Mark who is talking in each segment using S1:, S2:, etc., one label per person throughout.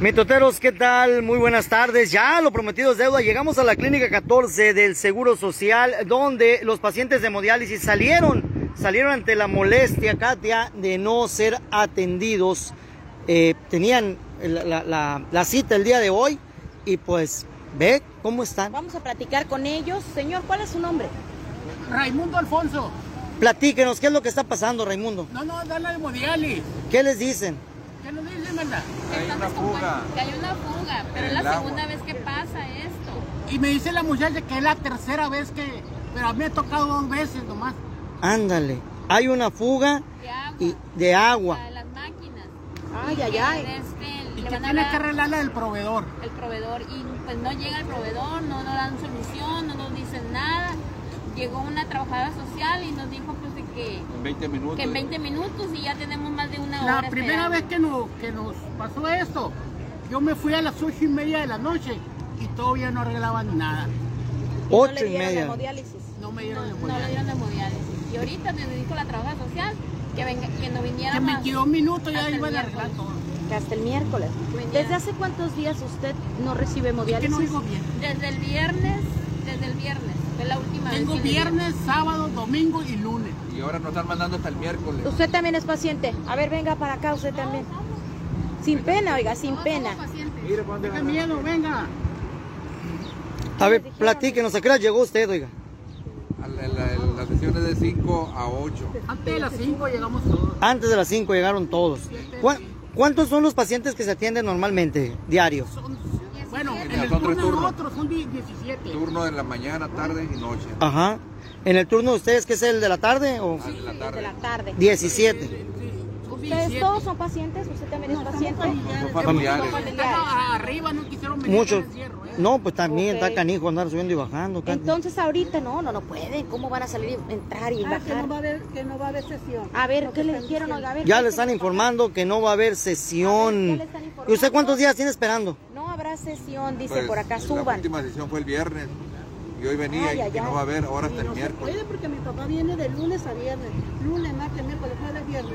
S1: Mitoteros, ¿qué tal? Muy buenas tardes. Ya lo prometido es deuda. Llegamos a la clínica 14 del Seguro Social, donde los pacientes de hemodiálisis salieron, salieron ante la molestia, Katia, de no ser atendidos. Eh, tenían la, la- la- la cita el día de hoy y pues ve cómo están.
S2: Vamos a platicar con ellos. Señor, ¿cuál es su nombre?
S3: Raimundo Alfonso.
S1: Platíquenos, ¿qué es lo que está pasando, Raimundo?
S3: No, no, dale de hemodiális.
S1: ¿Qué les dicen?
S3: ¿Qué nos dicen, verdad?
S4: Hay una fuga.
S5: Que hay una fuga, pero es
S4: El
S5: la
S4: agua.
S5: segunda vez que pasa esto.
S3: Y me dice la muchacha que es la tercera vez que... Pero a mí me ha tocado dos veces nomás.
S1: Ándale, hay una fuga
S5: De agua.
S1: y- de agua.
S5: la de las máquinas.
S2: Ay, ay,
S5: Que,
S2: ay.
S5: este,
S3: Y
S5: le
S3: que
S5: van a
S3: tiene que
S5: hablar
S3: arreglarla del proveedor.
S5: el proveedor y pues no llega el proveedor, no nos dan solución, no nos dicen nada. Llegó una trabajadora social y nos dijo pues de que,
S4: En 20 minutos.
S5: que en 20 minutos y ya tenemos más de una hora.
S3: La primera vez que nos, que nos pasó esto, yo me fui a las ocho y media de la noche y todavía no arreglaban nada.
S2: no
S1: Ocho
S2: le
S1: y
S2: dieron
S1: media.
S2: hemodiálisis.
S3: No me
S5: No,
S3: dieron el
S5: no le dieron hemodiálisis. Y ahorita nos dijo la trabajadora social que, venga, que no viniera
S3: Que
S5: más.
S3: 22 minutos ya
S5: Hasta el
S3: iban a arreglar
S5: miércoles.
S3: todo.
S2: Que hasta el miércoles.
S5: Mañana.
S2: ¿Desde hace cuántos días usted no recibe
S3: Es que
S2: hemodiálisis?
S3: no digo bien.
S5: Desde el viernes, desde el viernes, fue la última
S3: Tengo
S5: vez. que le dieron.
S3: viernes, sábado, domingo y lunes.
S4: Y ahora nos están mandando hasta el miércoles.
S2: Usted también es paciente. A ver, venga para acá usted también. Sin pena, oiga, sin pena.
S4: Mira, ¿pa' dónde
S3: Tenga
S4: agarra?
S3: miedo, venga.
S1: A ver, platíquenos, ¿a qué hora llegó usted, oiga?
S4: A la- la- Las sesiones de 5 a 8.
S3: Antes de las 5 llegamos todos.
S1: Antes de las 5 llegaron todos. ¿Cuá- ¿Cuántos son los pacientes que se atienden normalmente, diario?
S3: Son- bueno, en
S4: Son tres
S3: el turno de
S4: turnos.
S3: nosotros son 10 17.
S4: Turno de la mañana, tarde y noche.
S1: Ajá. ¿En el turno de ustedes, que es el de la tarde? o
S4: Ah, en la
S2: Desde
S4: tarde.
S2: la tarde.
S1: 17.
S2: ¿Ustedes todos son pacientes? ¿Usted también es paciente?
S4: Son
S3: Los
S4: familiares.
S3: familiares arriba no quisieron meter
S1: Muchos.
S3: el encierro, ¿eh?
S1: No, pues también
S2: Ok.
S1: está canijo andar subiendo y bajando. Katy.
S2: Entonces ahorita no, no, no pueden. ¿Cómo van a salir, y entrar y
S6: Ah, que no va a
S2: bajar?
S6: haber, que no va a haber sesión.
S2: A ver,
S6: Lo
S2: ¿qué
S6: que
S2: le
S6: están
S2: dijeron?
S6: diciendo.
S2: Oiga, a ver.
S1: Ya
S2: ¿qué
S1: le
S2: se
S1: están
S2: les-
S1: informando que no va a haber
S2: Ya
S1: sesión.
S2: le están informando.
S1: ¿Y usted cuántos días tiene esperando?
S2: No habrá sesión, dice
S4: Pues,
S2: por acá,
S4: La
S2: suban.
S4: última sesión fue el viernes. Y hoy venía
S2: Ay,
S4: y
S2: ay,
S4: que
S2: ay.
S4: no va a haber, ahora hasta
S6: Y
S4: el
S6: no se puede
S4: miércoles.
S6: porque mi papá viene de lunes a viernes. Lunes, martes, miércoles, jueves, viernes.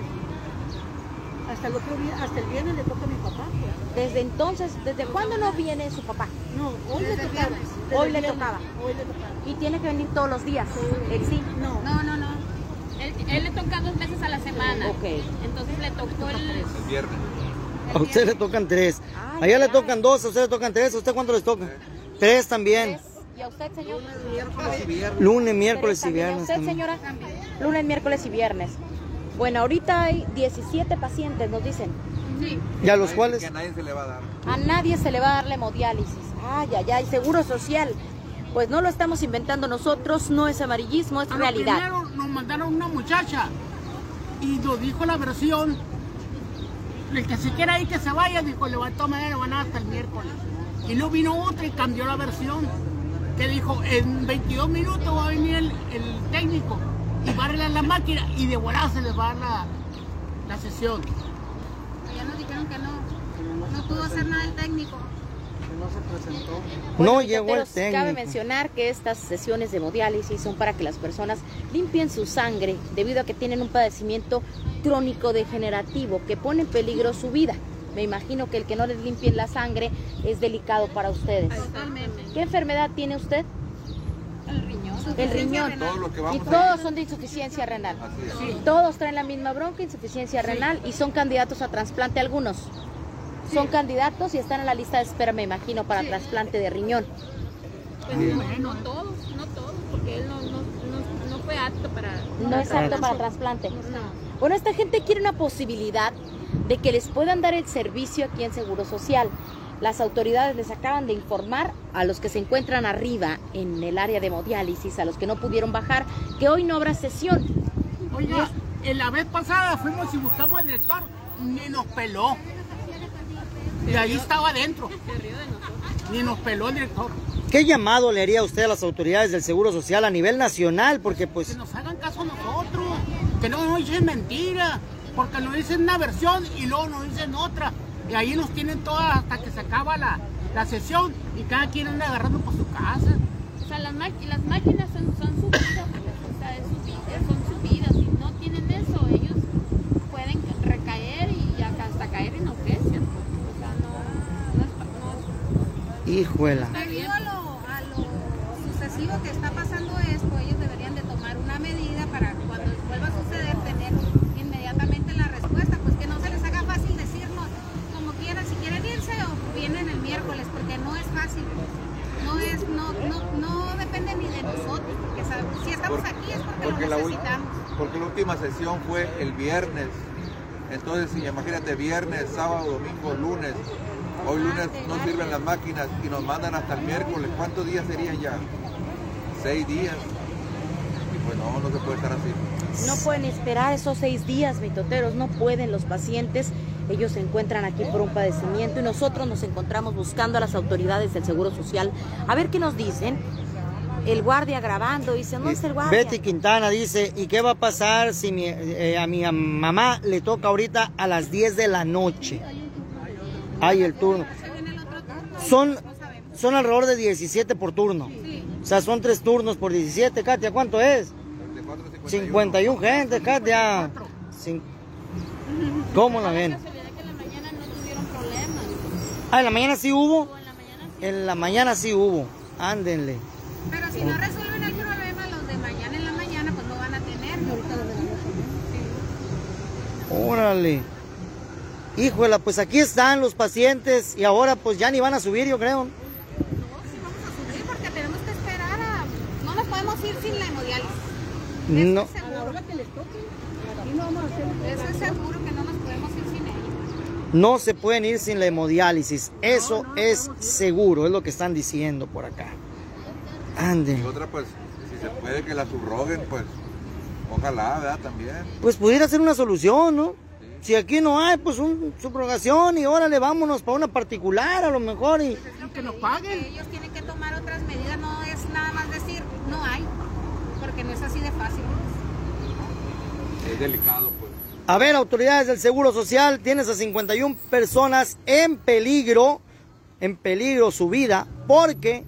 S6: Hasta el, otro, vi- hasta el viernes le toca a mi papá. pues.
S2: Desde entonces, ¿desde
S4: Pues,
S2: cuándo no viene su papá?
S6: No, hoy le tocaba. Desde
S2: Hoy
S6: el
S2: le
S6: viernes,
S2: tocaba.
S6: Hoy le tocaba.
S2: Y tiene que venir todos los días. Él sí.
S6: No,
S5: No, no, no. Él, él le toca dos veces a la semana.
S2: Ok.
S5: Entonces le tocó el.
S4: El viernes.
S1: A usted le tocan tres.
S2: Ay,
S1: Allá le
S2: ay.
S1: tocan dos, a usted le tocan tres. ¿A usted cuánto les toca? Tres también.
S2: ¿Y a usted, señor?
S1: Lunes, miércoles y
S2: Pero también, ¿y a
S1: viernes.
S2: usted,
S1: también.
S2: señora? Lunes, miércoles y viernes. Bueno, ahorita hay 17 pacientes, nos dicen.
S5: Sí.
S1: ¿Y a los
S4: Ay,
S1: cuales?
S4: Que a nadie se le va a dar.
S2: A nadie se le va a dar la hemodiálisis. Ay, ay, ay, seguro social. Pues no lo estamos inventando nosotros, no es amarillismo, es
S3: A lo
S2: realidad.
S3: primero nos mandaron una muchacha y nos dijo la versión. El que se quiera ir que se vaya, dijo, le va a tomar la banana hasta el miércoles. Y luego vino otra y cambió la versión. Que dijo, en 22 minutos va a venir el, el técnico y va a arreglar la máquina y de volada se les va a dar la, la sesión.
S5: Ya nos dijeron que no. No pudo hacer nada el técnico.
S1: No
S2: Bueno,
S1: llegó el
S2: mitoteros, Cabe
S1: técnico.
S2: mencionar que estas sesiones de hemodiálisis son para que las personas limpien su sangre debido a que tienen un padecimiento crónico degenerativo que pone en peligro su vida. Me imagino que el que no les limpien la sangre es delicado para ustedes.
S5: Totalmente.
S2: ¿Qué enfermedad tiene usted?
S5: El riñón.
S2: El riñón.
S4: Todos los que
S2: Y
S4: vamos a
S2: todos son de insuficiencia renal.
S4: Así es.
S3: Sí.
S2: Todos traen la misma bronca, insuficiencia renal y son candidatos a trasplante algunos. Son candidatos y están en la lista de espera, me imagino, para trasplante de riñón.
S5: Pues no, no todos, no todos, porque él no, no, no, no fue apto para.
S2: No es apto para trasplante.
S5: No.
S2: Bueno, esta gente quiere una posibilidad de que les puedan dar el servicio aquí en Seguro Social. Las autoridades les acaban de informar a los que se encuentran arriba en el área de hemodiálisis, a los que no pudieron bajar, que hoy no habrá sesión.
S3: Oiga, en la vez pasada fuimos y buscamos el director, ni nos peló. Y ahí estaba adentro. Ni nos peló el director.
S1: ¿Qué llamado le haría usted a las autoridades del Seguro Social a nivel nacional? Porque
S3: Que
S1: pues
S3: nos hagan caso a nosotros, que no nos dicen mentira, porque nos dicen una versión y luego nos dicen otra. Y ahí nos tienen todas hasta que se acaba la, la sesión y cada quien anda agarrando por su casa.
S5: O sea, las, maqui- las máquinas son, son subidas, o sea, es subi- son subidas. Si no tienen eso, ellos pueden recaer y acá- hasta caer en ausencia. pues. O sea, no,
S1: Híjuela.
S7: Debido a lo, a lo sucesivo que está pasando esto, ellos deberían de tomar una medida para cuando vuelva a suceder tener inmediatamente la respuesta, pues que no se les haga fácil decirnos como quieran, si quieren irse o vienen el miércoles, porque no es fácil. No es, no, no, no depende ni de nosotros, porque sabemos- si estamos aquí es porque,
S4: porque,
S7: lo
S4: la, ul-
S7: necesitamos.
S4: porque la última sesión fue el viernes. Entonces, si imagínate, viernes, sábado, domingo, lunes.
S2: Ah,
S4: Hoy lunes no sirven las máquinas y nos mandan hasta el miércoles. ¿Cuántos días serían ya? Seis días. Y pues no, no se puede estar así.
S2: No pueden esperar esos seis días, mitoteros, no pueden los pacientes. Ellos se encuentran aquí por un padecimiento y nosotros nos encontramos buscando a las autoridades del Seguro Social a ver qué nos dicen. El guardia grabando, dice, no es el guardia.
S1: Betty Quintana dice, ¿y qué va a pasar si mi- eh, a mi mamá le toca ahorita a las 10 de la noche? Hay el turno.
S7: Se viene el otro turno y
S1: Son,
S7: no sabemos.
S1: son alrededor de 17 por turno.
S7: Sí.
S1: O sea, son tres turnos por 17, Katia, ¿cuánto es?
S4: 54,
S1: 51 gente, Katia. Cin- ¿Cómo la ven?
S5: casualidad que en la mañana no tuvieron problemas.
S1: Ah, en la mañana sí hubo.
S5: O en la mañana
S1: En la mañana sí hubo. Ándenle.
S7: Pero si no resuelven el problema, los de mañana en la mañana pues no van a tener.
S1: Órale. Híjola, pues aquí están los pacientes y ahora pues ya ni van a subir, yo creo.
S7: Sí, vamos a subir porque tenemos que esperar a... No nos podemos ir sin la hemodiálisis.
S1: No.
S7: Eso es seguro,
S6: Aquí no vamos a hacer
S7: eso es seguro que no nos podemos ir sin ella.
S1: No se pueden ir sin la hemodiálisis. Eso es seguro, es lo que están diciendo por acá. Anden.
S4: Y otra, pues, si se puede que la subroguen, pues, ojalá, ¿verdad? También.
S1: Pues pudiera ser una solución, ¿no? Si aquí no hay, pues un subrogación y órale, vámonos para una particular a lo mejor y
S3: Y que nos
S7: Que
S3: paguen.
S7: ellos tienen que tomar otras medidas, no es nada más decir no hay, porque no es así de fácil.
S4: Es delicado, pues.
S1: A ver, autoridades del Seguro Social, tienes a 51 personas en peligro, en peligro su vida, porque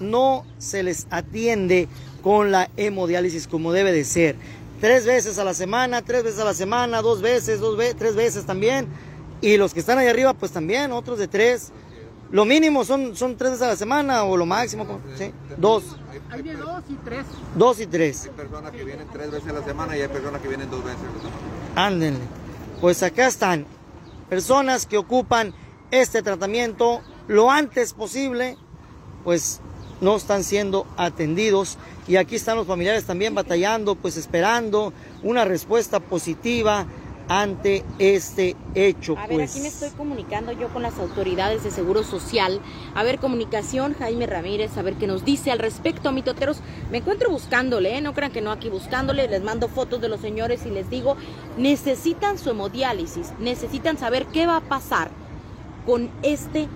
S1: no se les atiende con la hemodiálisis como debe de ser. Tres veces a la semana, tres veces a la semana, dos veces, dos ve- tres veces también. Y los que están ahí arriba, pues también, otros de tres. Lo mínimo son, son tres veces a la semana o lo máximo, ¿cómo? ¿sí? Dos,
S4: Hay, hay
S3: Hay de
S4: per-
S3: dos y tres.
S1: dos y tres.
S4: hay personas que vienen tres veces a la semana y hay personas que vienen dos veces a la semana.
S1: Ándenle. Pues acá están personas que ocupan este tratamiento lo antes posible, pues no están siendo atendidos y aquí están los familiares también batallando, pues esperando una respuesta positiva ante este hecho.
S2: A ver,
S1: pues.
S2: aquí me estoy comunicando yo con las autoridades de Seguro Social. A ver, comunicación, Jaime Ramírez, a ver qué nos dice al respecto, mitoteros. Me encuentro buscándole, ¿eh? no crean que no aquí buscándole. Les mando fotos de los señores y les digo, necesitan su hemodiálisis, necesitan saber qué va a pasar con este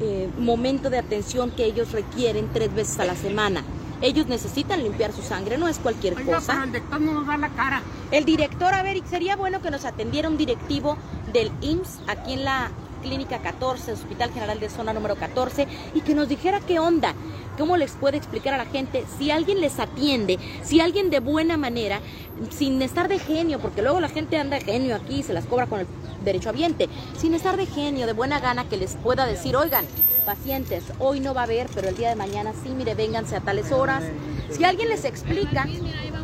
S2: eh, momento de atención que ellos requieren tres veces a la semana. Ellos necesitan limpiar su sangre, no es cualquier
S3: Oiga,
S2: cosa.
S3: pero el doctor no nos da la cara.
S2: El director, a ver, y sería bueno que nos atendiera un directivo del IMSS aquí en la Clínica 14, Hospital General de Zona número 14, y que nos dijera qué onda, cómo les puede explicar a la gente si alguien les atiende, si alguien de buena manera, sin estar de genio, porque luego la gente anda de genio aquí y se las cobra con el derecho habiente, sin estar de genio, de buena gana, que les pueda decir, oigan, pacientes, hoy no va a haber, pero el día de mañana sí, mire, vénganse a tales horas. Si alguien les explica,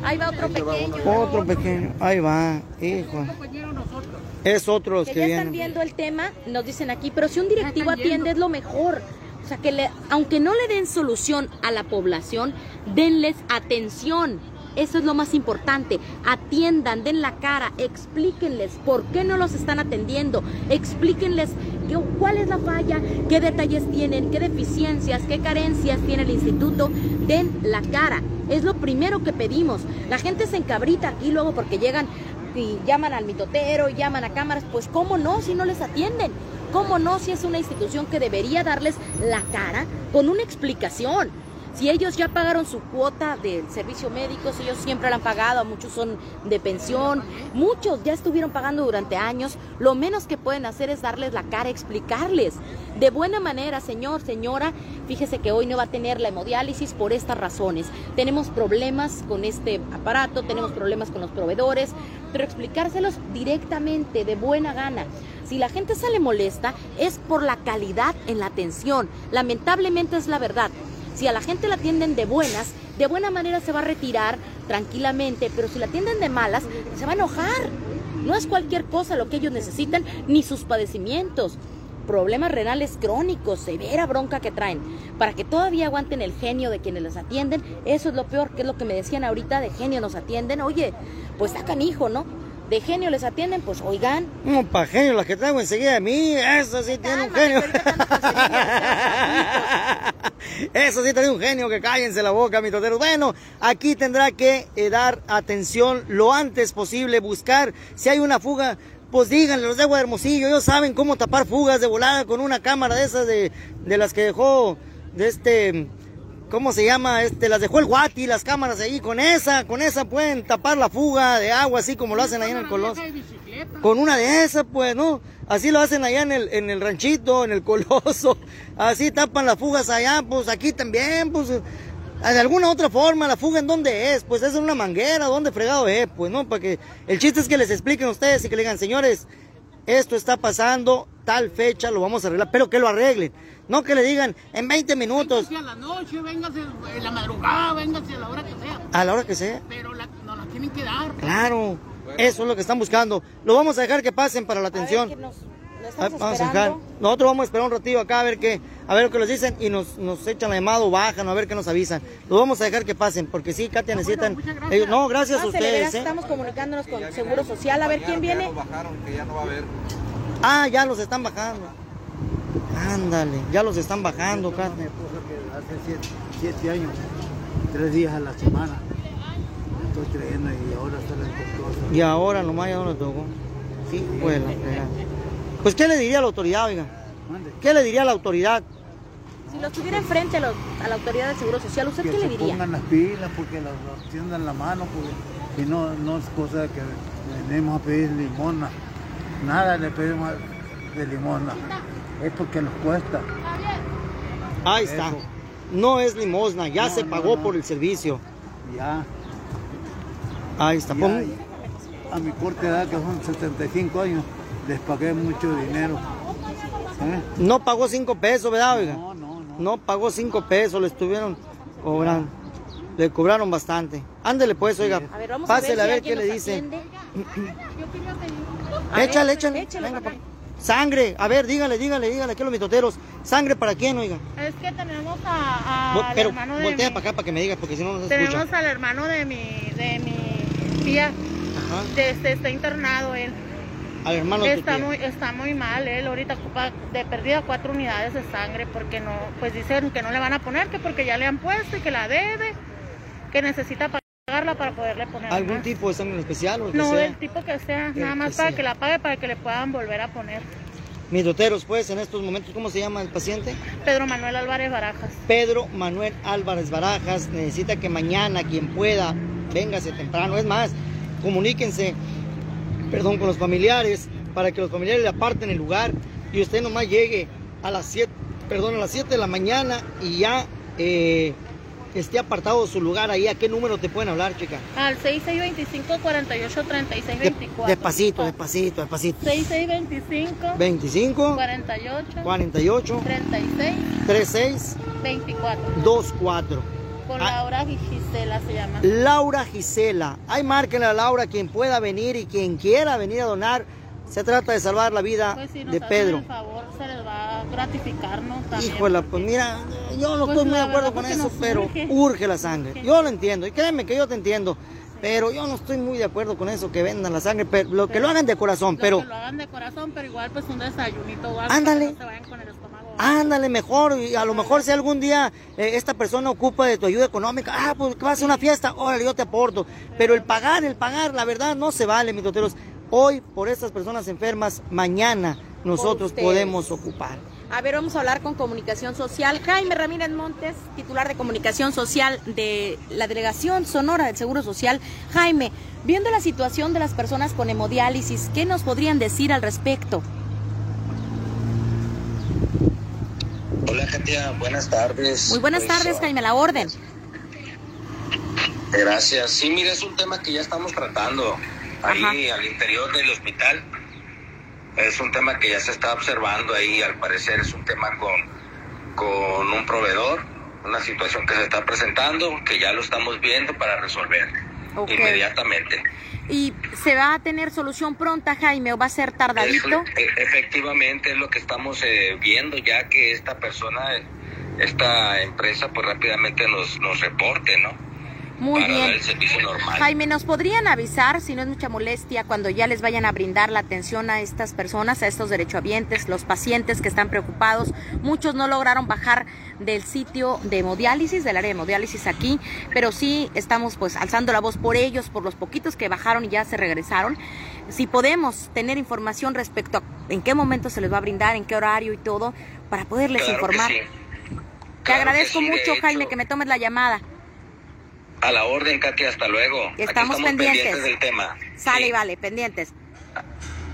S2: ahí va otro pequeño.
S1: Otro pequeño, ahí va,
S2: Este
S1: hijo.
S3: Compañeros nosotros.
S1: Es otro los
S2: que
S1: que,
S2: ya
S1: vienen.
S2: están viendo el tema, nos dicen aquí, pero si un directivo
S3: Ya están
S2: atiende es lo mejor. O sea, que le, aunque no le den solución a la población, denles atención. Eso es lo más importante. Atiendan, den la cara, explíquenles por qué no los están atendiendo, explíquenles qué- cuál es la falla, qué detalles tienen, qué deficiencias, qué carencias tiene el instituto. Den la cara. Es lo primero que pedimos. La gente se encabrita aquí luego porque llegan y llaman al mitotero, y llaman a cámaras, pues cómo no si no les atienden, cómo no si es una institución que debería darles la cara con una explicación. Si ellos ya pagaron su cuota del servicio médico, si ellos siempre la han pagado, muchos son de pensión, muchos ya estuvieron pagando durante años, lo menos que pueden hacer es darles la cara, explicarles de buena manera, señor, señora, fíjese que hoy no va a tener la hemodiálisis por estas razones. Tenemos problemas con este aparato, tenemos problemas con los proveedores, pero explicárselos directamente, de buena gana. Si la gente sale molesta, es por la calidad en la atención. Lamentablemente es la verdad. Si a la gente la atienden de buenas, de buena manera se va a retirar tranquilamente, pero si la atienden de malas, se va a enojar. No es cualquier cosa lo que ellos necesitan, ni sus padecimientos. Problemas renales crónicos, severa bronca que traen. Para que todavía aguanten el genio de quienes los atienden, eso es lo peor, que es lo que me decían ahorita, de genio nos atienden. Oye, pues está canijo, ¿no? De genio les atienden, pues oigan,
S1: Un pa' genio, las que traigo enseguida de mí, eso sí tiene un genio. Eso sí tiene un genio, que cállense la boca, mi totero. Bueno, aquí tendrá que eh, dar atención lo antes posible, buscar si hay una fuga. Pues díganle, los de Agua de Hermosillo, ellos saben cómo tapar fugas de volada con una cámara de esas de, de las que dejó de este ¿cómo se llama? Este, las dejó el Guati, las cámaras ahí, con esa, con esa pueden tapar la fuga de agua, así como lo hacen ahí en el Coloso.
S3: Una vieja de bicicleta.
S1: Con una de esas, pues, ¿no? Así lo hacen allá en el, en el ranchito, en el coloso. Así tapan las fugas allá, pues aquí también, pues. De alguna otra forma, la fuga en dónde es, pues es en una manguera, dónde fregado es, pues, ¿no? Para que. El chiste es que les expliquen a ustedes y que le digan, señores, esto está pasando, tal fecha lo vamos a arreglar, pero que lo arreglen. No que le digan, en 20 minutos,
S3: Véngase a la noche, véngase en la madrugada, véngase a la hora que sea.
S1: a la hora que sea.
S3: Pero la, nos la tienen que dar.
S1: Claro, eso es lo que están buscando. Lo vamos a dejar que pasen para la atención.
S2: que nos- lo
S1: A ver,
S2: estamos
S1: Ah, vamos a dejar.
S2: esperando.
S1: Nosotros vamos a esperar un ratito acá a ver qué, a ver lo que nos dicen y nos, nos echan la llamada o bajan, a ver qué nos avisan. Los vamos a dejar que pasen, porque sí, Katia, necesitan.
S3: muchas gracias.
S1: ellos- no, gracias a
S2: Ah, se le verá,
S1: ustedes. ¿eh?
S2: Estamos comunicándonos
S4: Ya
S2: con
S4: vinieron
S2: Seguro
S4: los
S2: Social. A ver quién
S4: compañeros que ya
S2: viene.
S4: nos bajaron, que ya no va a haber.
S1: Ah, ya los están bajando. Ándale, ya los están bajando, Katia.
S8: esposa que hace siete, siete años, tres días a la semana. Estoy creyendo y ahora está la cosa.
S1: Y ahora nomás ya no le tocó. Sí, pues la fregada. Pues, ¿qué le diría a la autoridad, oiga?
S8: Mande.
S1: ¿Qué le diría a la autoridad?
S2: Si los tuviera enfrente a, los- a la autoridad del Seguro Social, ¿usted
S8: Que
S2: qué
S8: se
S2: le diría?
S8: pongan las pilas porque las las tiendan la mano, porque si no, no es cosa de que venimos a pedir limona. Nada le pedimos a- de limona. Es porque nos cuesta.
S1: Ahí está.
S8: Eso.
S1: No es limosna, ya
S8: No,
S1: se
S8: no,
S1: pagó
S8: no.
S1: por el servicio.
S8: Ya.
S1: Ahí está.
S8: Ya,
S1: pon-
S8: a mi corta edad, que son 75 años, les pagué mucho dinero. ¿Eh?
S1: No pagó cinco pesos, ¿verdad, oiga?
S8: No, no, no.
S1: No pagó cinco pesos, le estuvieron cobrando. Le cobraron bastante. Ándele pues, oiga.
S2: A ver, vamos
S1: Pásele
S2: a
S1: a
S2: ver,
S1: ver
S2: si
S1: qué le
S2: alguien nos
S1: dicen.
S2: atiende.
S1: Échale,
S2: ver,
S1: échale.
S2: échale
S1: Venga,
S2: para
S1: pa- Sangre. A ver, dígale, dígale, dígale. Aquí los mitoteros. ¿Sangre para quién, oiga?
S9: Es que tenemos a, a
S1: Vo-
S9: al
S1: Pero
S9: hermano de
S1: voltea
S9: mi,
S1: para acá para que me digas, porque si no, no se escucha.
S9: tenemos al hermano de mi de mi tía,
S1: Ajá.
S9: de este, está internado él.
S1: Al hermano de tu
S9: está
S1: tía.
S9: muy está muy mal él, ahorita ocupa de pérdida cuatro unidades de sangre porque no pues dicen que no le van a poner que porque ya le han puesto y que la debe, que necesita pagarla para poderle poner
S1: ¿Algún
S9: más.
S1: tipo de sangre en especial o lo que
S9: No,
S1: sea?
S9: del tipo que sea,
S1: Del
S9: nada
S1: que
S9: más para
S1: sea.
S9: que la pague para que le puedan volver a poner.
S1: Mitoteros, pues, en estos momentos, ¿cómo se llama el paciente?
S9: Pedro Manuel Álvarez Barajas.
S1: Pedro Manuel Álvarez Barajas necesita que mañana quien pueda véngase temprano. Es más, comuníquense, perdón, con los familiares para que los familiares le aparten el lugar y usted nomás llegue a las 7, perdón, a las 7 de la mañana y ya eh, esté apartado de su lugar ahí. ¿A qué número te pueden hablar, chica?
S9: Al 6625 48 36
S1: De-
S9: 24.
S1: despacito, despacito, despacito.
S9: 6625
S1: 25
S9: 48
S1: 48
S9: 36
S1: 36
S9: 24
S1: 24.
S9: con
S1: Ah.
S9: Laura Gisela se llama.
S1: Laura Gisela. Ay, márquenle a Laura quien pueda venir y quien quiera venir a donar. Se trata de salvar la vida
S9: Pues si nos
S1: de
S9: hacen
S1: Pedro.
S9: el favor se les va a gratificar, ¿no? También,
S1: Híjola,
S9: porque-
S1: pues mira, yo no
S9: Pues
S1: estoy muy de
S9: la
S1: acuerdo
S9: verdad
S1: con
S9: es que
S1: eso,
S9: nos
S1: pero
S9: urge.
S1: urge la sangre.
S9: Urge.
S1: Yo lo entiendo, y créeme que yo te entiendo, pero yo no estoy muy de acuerdo con eso, que vendan la sangre, pero lo que lo hagan de corazón,
S9: Los
S1: pero
S9: que lo hagan de corazón, pero igual pues un desayunito o algo
S1: Ándale. Ah.
S9: para que no se vayan con el estómago.
S1: ándale mejor, y a lo mejor si algún día eh, esta persona ocupa de tu ayuda económica, ah, pues que va a hacer una fiesta, órale, yo te aporto. Pero el pagar, el pagar, la verdad no se vale, mis doteros. Hoy, por estas personas enfermas, mañana nosotros
S2: ustedes.
S1: podemos ocupar.
S2: A ver, vamos a hablar con comunicación social. Jaime Ramírez Montes, titular de comunicación social de la delegación Sonora del Seguro Social. Jaime, viendo la situación de las personas con hemodiálisis, ¿qué nos podrían decir al respecto?
S10: Hola Katia, buenas tardes.
S2: Muy buenas
S10: Pues,
S2: tardes,
S10: ah,
S2: Jaime, a la orden.
S10: Gracias. Sí, mira, es un tema que ya estamos tratando ahí al interior del hospital. Es un tema que ya se está observando ahí, al parecer es un tema con, con un proveedor, una situación que se está presentando, que ya lo estamos viendo para resolver
S2: Ok.
S10: inmediatamente.
S2: ¿Y se va a tener solución pronta, Jaime, o va a ser tardadito?
S10: Es- e- efectivamente es lo que estamos eh, viendo ya que esta persona, eh, esta empresa, pues rápidamente nos, nos reporte, ¿no?
S2: Muy
S10: para dar
S2: bien.
S10: el servicio normal.
S2: Jaime, ¿nos podrían avisar, si no es mucha molestia, cuando ya les vayan a brindar la atención a estas personas, a estos derechohabientes, los pacientes que están preocupados? Muchos no lograron bajar del sitio de hemodiálisis, del área de hemodiálisis aquí, pero sí estamos pues alzando la voz por ellos, por los poquitos que bajaron y ya se regresaron. Si podemos tener información respecto a en qué momento se les va a brindar, en qué horario y todo, para poderles
S10: Claro que
S2: informar.
S10: sí.
S2: Te
S10: Claro que
S2: agradezco
S10: sí, de
S2: mucho,
S10: hecho,
S2: Jaime, que me tomes la llamada.
S10: A la orden, Katy, hasta luego. Aquí
S2: Estamos pendientes.
S10: del tema.
S2: Sale y vale, pendientes.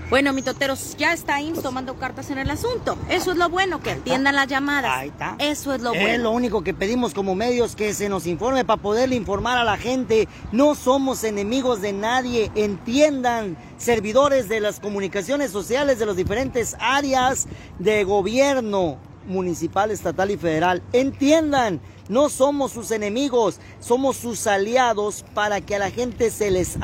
S2: Bueno, mi toteros, ya está IMSS tomando cartas en el asunto. Eso es lo bueno, que atiendan las llamadas.
S1: Ahí
S10: ah.
S1: está.
S7: Eh,
S2: Eso es lo
S10: Eh,
S1: Es
S2: bueno.
S1: lo único que pedimos como medios que se nos informe para poderle informar a la gente. No somos enemigos de nadie. Entiendan, servidores de las comunicaciones sociales de las diferentes áreas de gobierno municipal, estatal y federal. Entiendan, no somos sus enemigos, somos sus aliados para que a la gente se les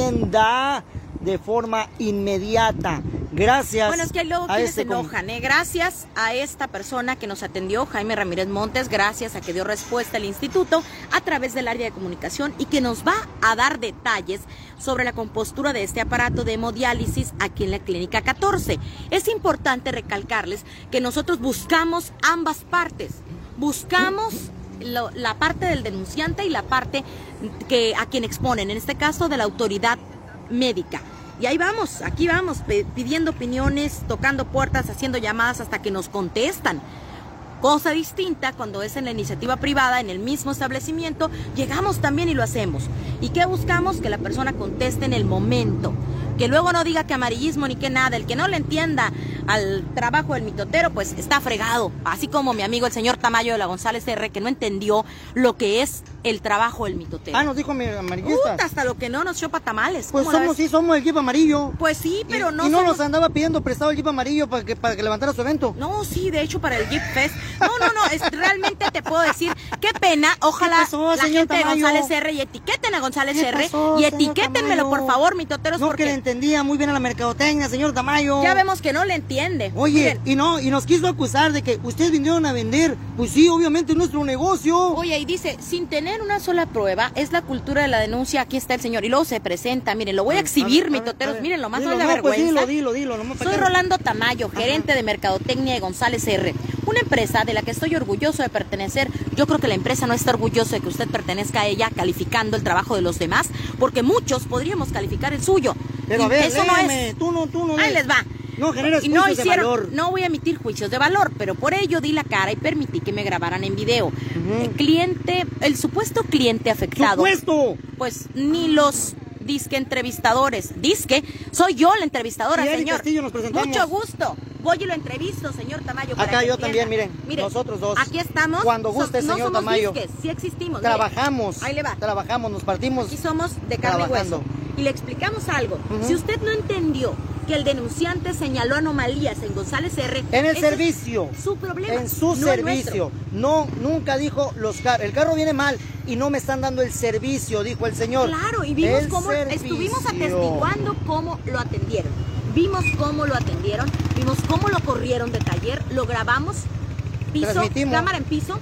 S1: atienda de forma inmediata.
S10: pues,
S1: Gracias.
S2: Bueno, es que hay luego
S1: a
S2: quienes se
S1: este com-
S2: enojan, ¿eh? Gracias a esta persona que nos atendió, Jaime Ramírez Montes, gracias a que dio respuesta el instituto a través del área de comunicación y que nos va a dar detalles sobre la compostura de este aparato de hemodiálisis aquí en la Clínica 14. Es importante recalcarles que nosotros buscamos ambas partes. Buscamos lo- la parte del denunciante y la parte que a quien exponen, en este caso de la autoridad médica. Y ahí vamos, aquí vamos, pe- pidiendo opiniones, tocando puertas, haciendo llamadas hasta que nos contestan. Cosa distinta cuando es en la iniciativa privada, en el mismo establecimiento, llegamos también y lo hacemos. ¿Y qué buscamos? Que la persona conteste en el momento. Que luego no diga que amarillismo ni que nada. El que no le entienda al trabajo del mitotero, pues está fregado. Así como mi amigo el señor Tamayo de la González R, que no entendió lo que es el trabajo del mitotero.
S1: Ah, nos dijo mi amarillista.
S2: Puta, hasta lo que no nos chopa tamales.
S1: Pues
S2: ¿cómo la
S1: somos,
S2: ves?
S1: sí, somos el equipo amarillo.
S2: Pues sí,
S1: Y-
S2: pero no,
S1: y no
S2: somos-
S1: nos andaba pidiendo prestado el equipo amarillo para que, para que levantara su evento.
S2: No, sí, de hecho para el Jeep Fest. No, no, no, es, realmente te puedo decir, qué pena. Ojalá
S1: ¿Qué pasó,
S2: la
S1: señor
S2: gente de
S1: Tamayo?
S2: González R y etiqueten a González
S1: ¿Qué
S2: R
S1: pasó,
S2: y
S1: señor
S2: etiquétenmelo
S1: Tamayo?
S2: por favor, mi toteros,
S1: No, que le
S2: porque
S1: entendía muy bien a la mercadotecnia, señor Tamayo.
S2: ya vemos que no le entiende.
S1: Oye,
S2: Miren,
S1: y no, y nos quiso acusar de que ustedes vinieron a vender. Pues sí, obviamente es nuestro negocio.
S2: Oye, y dice, sin tener una sola prueba, es la cultura de la denuncia, aquí está el señor. Y luego se presenta, miren, lo voy a exhibir, mi toteros, miren, lo más no
S1: Dilo,
S2: es la
S1: no, pues
S2: vergüenza.
S1: dilo, dilo, dilo. nomás para
S2: Soy
S1: que-
S2: Rolando Tamayo, gerente de Mercadotecnia de González R. Una empresa de la que estoy orgulloso de pertenecer. Yo creo que la empresa no está orgullosa de que usted pertenezca a ella calificando el trabajo de los demás, porque muchos podríamos calificar el suyo.
S1: Pero a
S2: Y
S1: ver,
S2: eso no
S1: léeme,
S2: es.
S1: tú no, tú no.
S2: Ahí
S1: lees.
S2: les va.
S1: No generas
S2: Y no
S1: juicios de
S2: hicieron,
S1: valor.
S2: no voy a emitir juicios de valor, pero por ello di la cara y permití que me grabaran en video. El cliente, el supuesto cliente afectado
S1: ¡Supuesto!
S2: pues ni los disque entrevistadores. Disque, soy yo la entrevistadora,
S1: Y Eric
S2: señor.
S1: Castillo nos presentamos.
S2: Mucho gusto. Voy y lo entrevisto, señor Tamayo. para
S1: Acá
S2: que
S1: yo
S2: entienda.
S1: también, miren, nosotros dos.
S2: Aquí estamos.
S1: Cuando guste,
S2: no
S1: señor
S2: somos
S1: Tamayo.
S2: disques, sí existimos. mire.
S1: Trabajamos.
S2: Ahí le va.
S1: Trabajamos, nos partimos.
S2: Aquí somos de carne y
S1: Trabajando.
S2: hueso. Y le explicamos algo.
S1: Ujú.
S2: Si usted no entendió que el denunciante señaló anomalías en González R.
S1: En el
S2: ese es
S1: servicio.
S2: Su problema.
S1: En su
S2: no el
S1: servicio. No, nunca dijo los carros. El carro viene mal y no me están dando el servicio, dijo el señor.
S2: Claro, y vimos
S1: El
S2: cómo estuvimos
S1: servicio.
S2: atestiguando cómo lo atendieron. Vimos cómo lo atendieron, vimos cómo lo corrieron de taller, lo grabamos piso,
S1: Transmitimos.
S2: cámara en piso,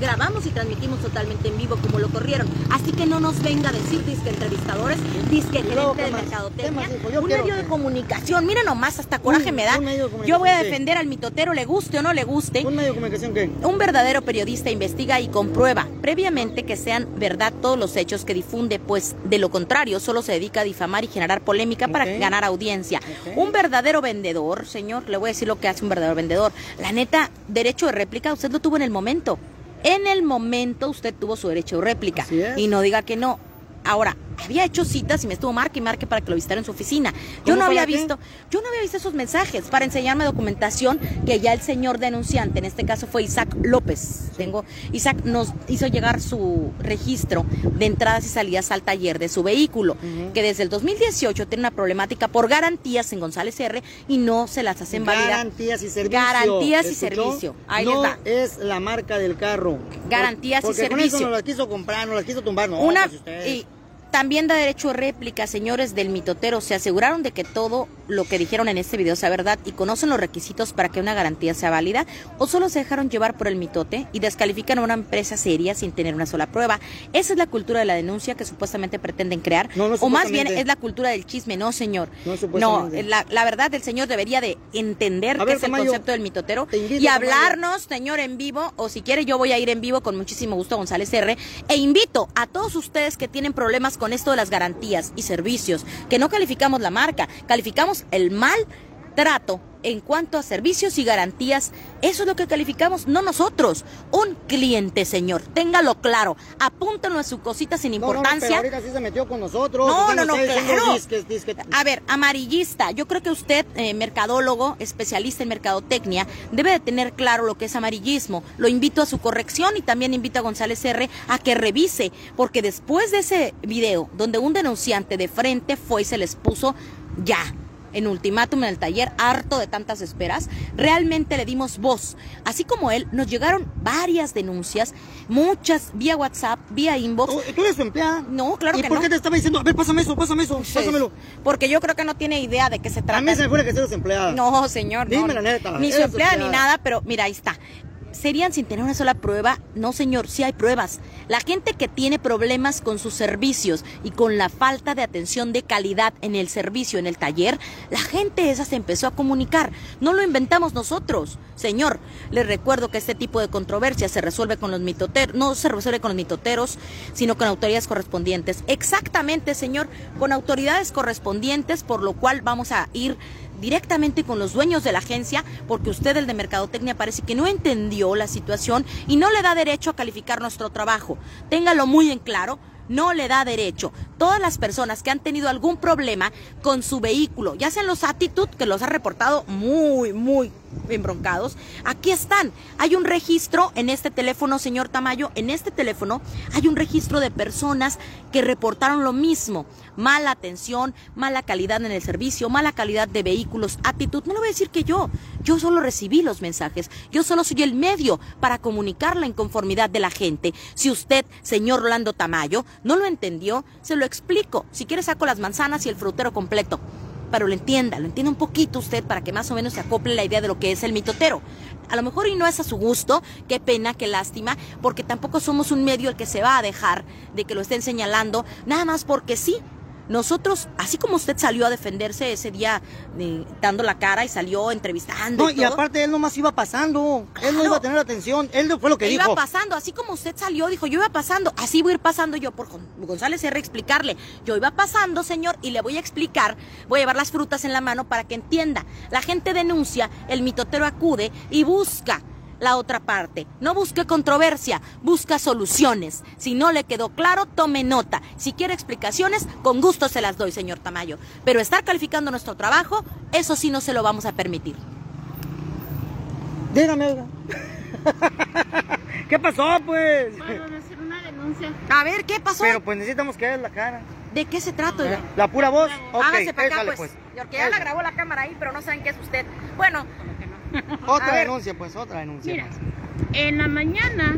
S2: grabamos y transmitimos totalmente en vivo como lo corrieron. Así que no nos venga a decir disque entrevistadores, disque gerente
S7: luego, ¿qué
S2: de
S7: más?
S2: mercadotecnia,
S7: ¿Qué más, hijo? Yo
S2: un
S7: quiero
S2: medio de comunicación. Mira nomás, hasta coraje
S7: Un-
S2: me da.
S7: un medio de comunicación,
S2: Yo voy a
S7: ¿qué?
S2: defender al mitotero, le guste o no le guste. ¿Un medio de comunicación qué? Un verdadero periodista investiga y comprueba previamente que sean verdad todos los hechos que difunde, pues de lo contrario solo se dedica a difamar y generar polémica para
S7: Ok.
S2: ganar audiencia. Un verdadero vendedor, señor, le voy a decir lo que hace un verdadero vendedor. La neta, derecho de réplica, usted lo tuvo en el momento. En el momento usted tuvo su derecho de réplica.
S7: es.
S2: Y no diga que no. Ahora, había hecho citas y me estuvo marque y marque para que lo visitara en su oficina. Yo
S7: ¿Cómo
S2: no había
S7: para qué?
S2: visto, yo no había visto esos mensajes para enseñarme documentación que ya el señor denunciante, en este caso fue Isaac López. Tengo, Isaac nos hizo llegar su registro de entradas y salidas al taller de su vehículo, que desde el 2018 tiene una problemática por garantías en González R y no se las hacen válidas.
S1: Garantías y servicio.
S2: Garantías y
S1: ¿Escuchó?
S2: servicio. Ahí
S1: no
S2: les va.
S1: es la marca del carro.
S2: Garantías y
S1: Porque con
S2: servicio.
S1: eso nos las quiso comprar, nos las quiso tumbar. No,
S2: Una
S1: pues ustedes.
S2: y también da derecho a réplica, señores del mitotero. Se aseguraron de que todo lo que dijeron en este video sea verdad y conocen los requisitos para que una garantía sea válida o solo se dejaron llevar por el mitote y descalifican a una empresa seria sin tener una sola prueba. Esa es la cultura de la denuncia que supuestamente pretenden crear o más bien
S7: supuestamente.
S2: es la cultura del chisme, no, señor.
S7: No,
S2: No,
S7: supuestamente.
S2: la, la verdad el señor debería de entender qué
S7: A ver,
S2: es el
S7: Tamayo,
S2: concepto del mitotero y
S7: Tamayo.
S2: hablarnos, señor, en vivo o si quiere yo voy a ir en vivo con muchísimo gusto a González R e invito a todos ustedes que tienen problemas con esto de las garantías y servicios, que no calificamos la marca, calificamos el mal trato en cuanto a servicios y garantías, eso es lo que calificamos, no nosotros, un cliente, señor, téngalo claro, apúntalo en su cosita sin
S1: No, no, no,
S2: importancia.
S1: pero ahorita sí se metió con nosotros.
S2: No,
S1: Están
S2: no, no,
S1: ustedes siendo
S2: claro. Ah,
S1: disques, disques.
S2: A ver, amarillista, yo creo que usted, eh, mercadólogo, especialista en mercadotecnia, debe de tener claro lo que es amarillismo. Lo invito a su corrección y también invito a González R. a que revise, porque después de ese video, donde un denunciante de frente fue y se les puso ya en ultimátum en el taller, harto de tantas esperas, realmente le dimos voz. Así como él, nos llegaron varias denuncias, muchas vía WhatsApp, vía inbox.
S1: ¿Tú eres su empleada?
S2: No, claro
S1: Oh. ¿Y
S2: que
S1: por
S2: no.
S1: qué te estaba diciendo, a ver, pásame eso, pásame eso,
S2: Sí.
S1: pásamelo?
S2: Porque yo creo que no tiene idea de qué se trata.
S1: A mí se me fuera que eres empleada.
S2: No, señor. no.
S1: Dime la neta,
S2: Ni su
S1: eres
S2: empleada ni
S1: empleada.
S2: nada, pero mira, ahí está. ¿Serían sin tener una sola prueba? No, señor, sí hay pruebas. La gente que tiene problemas con sus servicios y con la falta de atención de calidad en el servicio, en el taller, la gente esa se empezó a comunicar. No lo inventamos nosotros. Señor, les recuerdo que este tipo de controversia se resuelve con los mitoteros, no se resuelve con los mitoteros, sino con autoridades correspondientes. Exactamente, señor, con autoridades correspondientes, por lo cual vamos a ir directamente con los dueños de la agencia, porque usted, el de Mercadotecnia, parece que no entendió la situación y no le da derecho a calificar nuestro trabajo. Téngalo muy en claro. No le da derecho. Todas las personas que han tenido algún problema con su vehículo, ya sean los Attitude, que los ha reportado muy, muy embroncados, aquí están. Hay un registro en este teléfono, señor Tamayo, en este teléfono hay un registro de personas que reportaron lo mismo. Mala atención, mala calidad en el servicio, mala calidad de vehículos, actitud. No lo voy a decir que yo. Yo solo recibí los mensajes. Yo solo soy el medio para comunicar la inconformidad de la gente. Si usted, señor Rolando Tamayo, no lo entendió, se lo explico. Si quiere saco las manzanas y el frutero completo. Pero lo entienda, lo entienda un poquito usted para que más o menos se acople la idea de lo que es el mitotero. A lo mejor y no es a su gusto, qué pena, qué lástima, porque tampoco somos un medio el que se va a dejar de que lo estén señalando, nada más porque sí. Nosotros, así como usted salió a defenderse ese día eh, dando la cara y salió entrevistando.
S1: No, y aparte él nomás iba pasando. Él no iba a tener atención. Él fue lo que
S2: iba
S1: dijo.
S2: pasando, así como usted salió, dijo, yo iba pasando, así voy a ir pasando yo por Gon- González R. Explicarle, yo iba pasando, señor, y le voy a explicar, voy a llevar las frutas en la mano para que entienda. La gente denuncia, el mitotero acude y busca la otra parte. No busque controversia, busca soluciones. Si no le quedó claro, tome nota. Si quiere explicaciones, con gusto se las doy, señor Tamayo. Pero estar calificando nuestro trabajo, eso sí no se lo vamos a permitir.
S1: Dígame, oiga. ¿Qué pasó, pues?
S11: Para hacer una denuncia.
S2: A ver, ¿qué pasó?
S1: Pero pues necesitamos que veas la cara. ¿Eh?
S2: ¿De qué se trata, oiga?
S1: ¿La pura voz? Ok,
S2: Hágase para acá,
S1: échale,
S2: pues. Porque ya la grabó la cámara ahí, pero no saben qué es usted. Bueno,
S1: Otra
S2: A ver.
S1: denuncia, pues, otra denuncia.
S9: Mira,
S1: pues.
S9: en la mañana,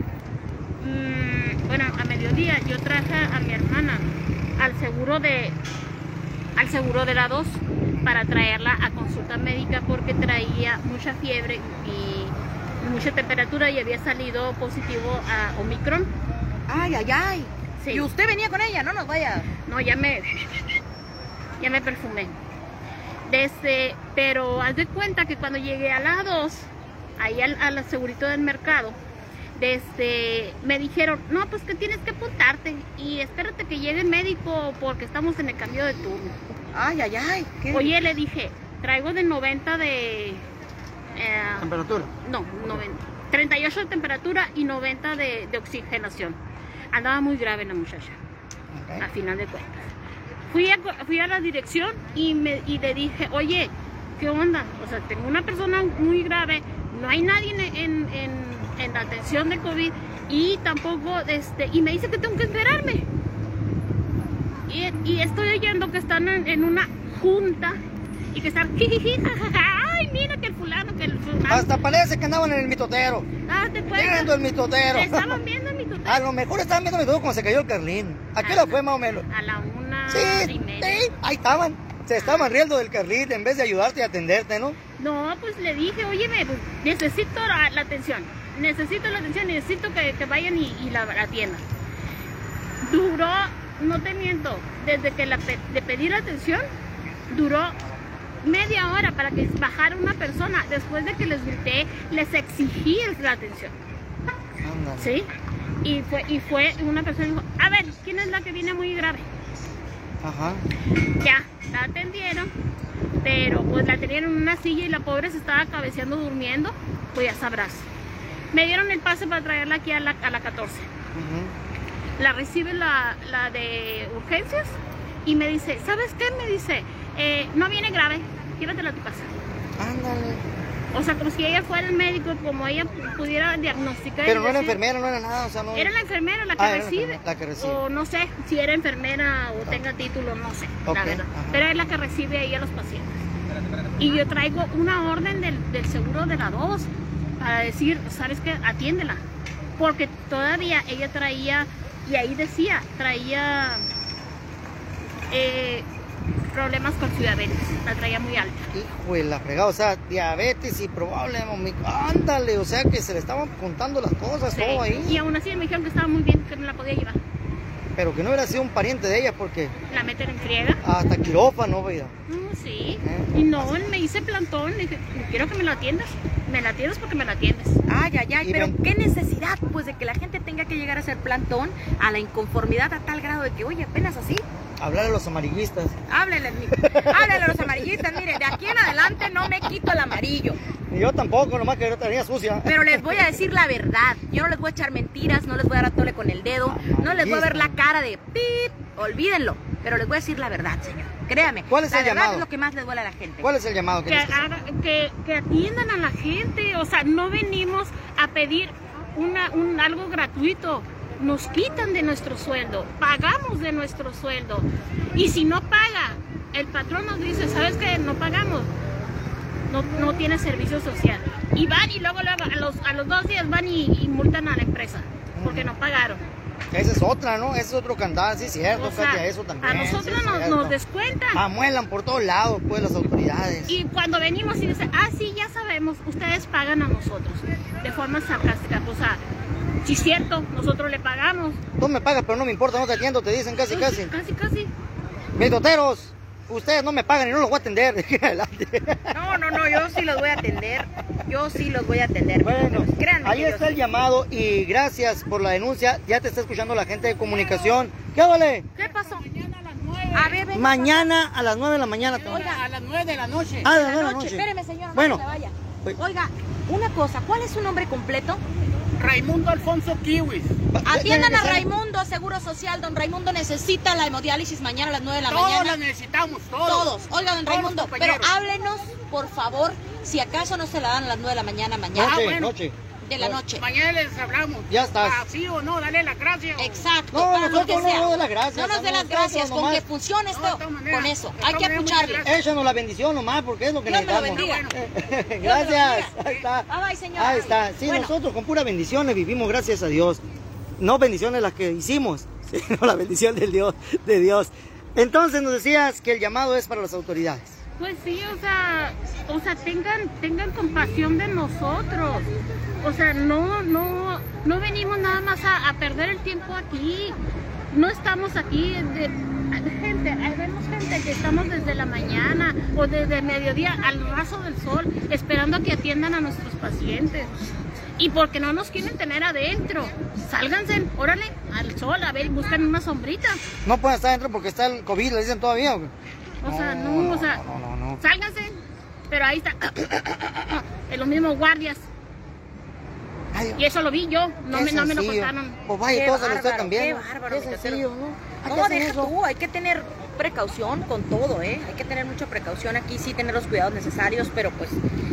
S9: mm, bueno, a mediodía, yo traje a mi hermana al seguro de al seguro de la 2 para traerla a consulta médica porque traía mucha fiebre y mucha temperatura y había salido positivo a Omicron.
S2: Ay, ay, ay.
S9: Sí.
S2: Y usted venía con ella, no nos vaya.
S9: No, ya me. Ya me perfumé. Desde, pero haz de cuenta que cuando llegué a la 2, ahí al, a la segurito del mercado, desde, me dijeron, no, pues que tienes que apuntarte y espérate que llegue el médico porque estamos en el cambio de turno.
S2: Ay, ay, ay. ¿qué?
S9: Oye, le dije, traigo de 90 de... eh,
S3: Temperatura.
S9: no, 90, 38 de temperatura y 90 de, de oxigenación. Andaba muy grave la muchacha, a final de cuentas. Fui a, fui a la dirección y, me, y le dije, oye, ¿qué onda? O sea, tengo una persona muy grave, no hay nadie en, en- en- en la atención de COVID y tampoco, este, y me dice que tengo que esperarme. Y, y estoy oyendo que están en, en una junta y que están, jijiji, jajaja, ay, mira que el fulano, que el fulano. Ah,
S1: Hasta parece que andaban en el mitotero.
S9: Date cuenta.
S1: Viendo Ah, el mitotero.
S9: Estaban viendo mi
S1: A lo mejor estaban viendo el mitotero cuando se cayó el Carlín. ¿A
S2: Ah.
S1: qué hora fue más o menos?
S9: A la una y
S1: Ah. Sí,
S9: media.
S1: sí, ahí estaban. Se estaban riendo del Carlín en vez de ayudarte y atenderte, ¿no?
S9: No, pues le dije, oye, necesito la, la atención, necesito la atención, necesito que, que vayan y, y la la atiendan. Duró, no te miento, desde que la pe- le pedí la atención, duró media hora para que bajara una persona después de que les grité, les exigí el- la atención. ¿Sí? Y fue, y fue una persona dijo, a ver, ¿quién es la que viene muy grave?
S1: Ajá.
S9: Ya, la atendieron, pero pues la tenían en una silla y la pobre se estaba cabeceando durmiendo, pues ya sabrás. Me dieron el pase para traerla aquí a la, a la 14. La recibe la, la de urgencias y me dice, ¿sabes qué? Me dice, "Eh, no viene grave, llévatela a tu casa.
S1: Ándale.
S9: O sea, como si ella fuera el médico, como ella pu- pudiera diagnosticar. y
S1: Pero no era
S9: decir-
S1: enfermera, no era nada, o sea, no.
S9: Era la enfermera la que
S1: Ah, era la
S9: recibe.
S1: enfermera, la que recibe. Ah.
S9: O no sé si era enfermera o tenga título, no sé,
S1: Ok,
S9: la verdad.
S1: ajá.
S9: Pero es la que recibe ahí a los pacientes. Y yo traigo una orden del, del seguro de la 2 para decir, ¿sabes qué? Atiéndela. Porque todavía ella traía, y ahí decía, traía eh, problemas con su diabetes. La traía muy alta.
S1: Hijo de la fregada, o sea, diabetes y probable momic- Ándale, o sea que se le estaban contando las cosas,
S9: Sí.
S1: todo
S9: Y
S1: ahí.
S9: aún así me dijeron que estaba muy bien, que no la podía llevar.
S1: Pero que no hubiera sido un pariente de ella porque
S9: La meten en friega.
S1: hasta quirófano, ¿eh? vida.
S9: Mm, sí. Y no, me hice plantón. Le dije, quiero que me lo atiendas. Me la atiendes porque me la atiendes.
S2: Ay, ay, ay,
S9: Y
S2: pero
S9: ven-
S2: qué necesidad, pues, de que la gente tenga que llegar a ser plantón a la inconformidad a tal grado de que, oye, apenas así,
S1: Hablar a los amarillistas.
S2: háblenles, mi- háblenle a los amarillistas, mire, de aquí en adelante no me quito el amarillo.
S1: Ni yo tampoco, nomás que yo tenía sucia.
S2: Pero les voy a decir la verdad. Yo no les voy a echar mentiras, no les voy a dar a tole con el
S1: Ah,
S2: dedo, no les voy a ver la cara de pip, olvídenlo. Pero les voy a decir la verdad, señor. Créame.
S1: ¿Cuál es
S2: la
S1: el
S2: verdad
S1: llamado?
S2: es lo que más les duele a la gente.
S1: ¿Cuál es el llamado que
S9: Que,
S1: les-
S9: haga- que, que atiendan a la gente. O sea, no venimos a pedir una, un, algo gratuito. Nos quitan de nuestro sueldo. Pagamos de nuestro sueldo. Y si no paga, el patrón nos dice, ¿sabes qué? No pagamos. No, no tiene servicio social. Y van y luego, luego a, los, a los dos días van y, y multan a la empresa. Porque no pagaron.
S1: Esa es otra, ¿no? Ese es otro cantar, sí, cierto,
S9: O sea,
S1: Katia, eso también.
S9: a nosotros
S1: sí,
S9: nos-
S1: cierto.
S9: nos descuentan.
S1: Amuelan por todos lados, pues, las autoridades.
S9: Y cuando venimos y dicen, ah, sí, ya sabemos, ustedes pagan a nosotros. De forma sarcástica. O sea, sí, es cierto, nosotros le pagamos.
S1: Tú me pagas, pero no me importa, no te atiendo, te dicen casi, casi.
S9: Casi, casi.
S1: Mitoteros, ustedes no me pagan y no los voy a atender. de aquí en adelante.
S2: No, no, no, yo sí los voy a atender. Yo sí los voy a atender.
S1: Bueno,
S2: Créanme
S1: ahí
S2: que yo
S1: está el llamado y gracias por la denuncia. Ya te está escuchando la gente de comunicación. ¿Qué vale?
S2: ¿Qué pasó?
S3: Mañana a las 9.
S2: A ver, venga.
S1: Mañana a las 9 de la mañana. te-
S3: a las 9 de la noche.
S1: Ah,
S2: de
S1: de la noche.
S2: Espéreme, señora,
S1: Bueno.
S2: no se vaya.
S1: Oye.
S2: Oiga, una cosa, ¿cuál es su nombre completo?
S3: Raimundo Alfonso Kiwis.
S2: Atiendan a Raimundo, Seguro Social. Don Raimundo necesita la hemodiálisis mañana a las 9 de la
S3: Todos
S2: mañana.
S3: la necesitamos, todos.
S2: Todos. Oiga,
S3: Todos los
S2: don Raimundo, pero
S3: compañeros.
S2: háblenos, por favor, si acaso no se la dan a las 9 de la mañana mañana.
S1: Noche,
S2: Ah, bueno,
S1: noche.
S2: De la noche.
S3: Mañana les hablamos.
S1: Ya estás.
S3: Ah, sí o no, dale las gracias.
S2: Exacto.
S1: No,
S2: para lo
S1: nosotros
S2: Ah, que
S1: no
S2: sea.
S1: nos dé las gracias,
S2: No nos dé
S1: a
S2: las
S1: nosotros
S2: gracione Con
S1: nomás.
S2: que funcione
S3: No, de
S2: esto,
S3: todas maneras,
S2: con eso.
S3: de
S2: Hay
S3: todas
S2: que
S3: maneras,
S2: apucharle.
S3: muchas
S1: Échanos la bendición nomás porque es lo que
S2: Dios me lo
S1: necesitamos.
S2: bendiga.
S1: gracias.
S2: bendiga.
S1: Ahí está.
S2: Bye, bye, señora.
S1: Ahí está. Sí,
S2: Bueno.
S1: nosotros con puras bendiciones vivimos, gracias a Dios. No bendiciones las que hicimos, sino la bendición del Dios, de Dios. Entonces nos decías que el llamado es para las autoridades.
S9: Pues sí, o sea, o sea, tengan, tengan compasión de nosotros. O sea, no, no, no venimos nada más a, a perder el tiempo aquí. No estamos aquí de, de gente, ahí vemos gente que estamos desde la mañana o desde el mediodía al raso del sol esperando a que atiendan a nuestros pacientes. Y porque no nos quieren tener adentro. Sálganse, órale, al sol, a ver, buscan una sombrita.
S1: No pueden estar adentro porque está el COVID, le dicen todavía. ¿o qué?
S9: O sea, no, o sea,
S1: No, no, no.
S9: sálganse. Pero ahí está. en los mismos guardias. y eso lo vi yo, no
S1: qué
S9: me, no me lo
S1: sencillo.
S9: contaron.
S1: Pues vaya,
S2: Qué
S1: todos se lo
S2: bárbaro,
S1: están cambiando.
S2: qué bárbaro, mi casero.
S1: Ay,
S2: No,
S1: ¿qué hacen
S2: deja
S1: eso?
S2: tú, hay que tener precaución con todo, ¿eh? Hay que tener mucha precaución aquí, sí tener los cuidados necesarios, pero pues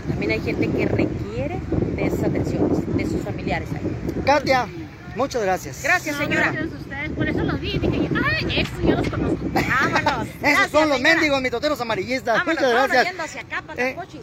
S2: también hay gente que requiere de esas atenciones, de sus familiares ahí.
S1: Katia, muchas gracias.
S2: Gracias,
S9: No,
S2: señora.
S9: gracias a ustedes, por eso los vi. Dije, yo, ay, eso yo los conozco. Vámonos.
S1: Esos son los mendigos mitoteros amarillistas.
S2: Vámonos,
S1: muchas
S2: vámonos,
S1: gracias.
S2: yendo hacia acá, para
S1: Eh,
S2: los coches.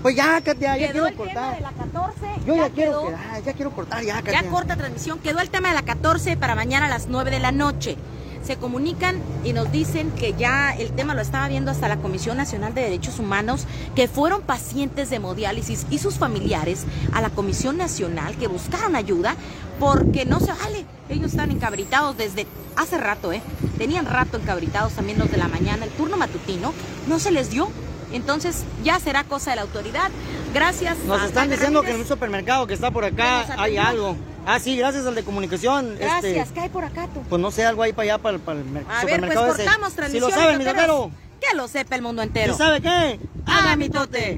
S1: Pues ya, Katia, ya quiero
S2: Quedó el tema
S1: cortar.
S2: de la 14.
S1: Yo ya,
S2: quedó.
S1: quiero quedar, ya quiero cortar, ya, Katia.
S2: Ya corta transmisión, quedó el tema de la 14 para mañana a las 9 de la noche. Se comunican y nos dicen que ya el tema lo estaba viendo hasta la Comisión Nacional de Derechos Humanos, que fueron pacientes de hemodiálisis y sus familiares a la Comisión Nacional que buscaron ayuda porque no se vale. Ellos están encabritados desde hace rato, ¿eh? Tenían rato encabritados también los de la mañana, el turno matutino, no se les dio. Entonces ya será cosa de la autoridad. Gracias.
S1: Nos
S2: a
S1: están
S2: Jaime
S1: diciendo que en
S2: Ramírez.
S1: un supermercado que está por acá
S2: Que nos
S1: hay
S2: atendió.
S1: algo. Ah, sí, gracias al de comunicación. este,
S2: Gracias, ¿qué hay por acá tú?
S1: pues no sé, algo ahí para allá, para, el- para el mer-
S2: A ver, pues
S1: supermercado ese.
S2: cortamos transmisión.
S1: Si lo sabe, mi
S2: mitoteros.
S1: totero.
S2: Que lo sepa el mundo
S1: ¿Y
S2: entero.
S1: sabe qué?
S2: Haga
S1: mitote.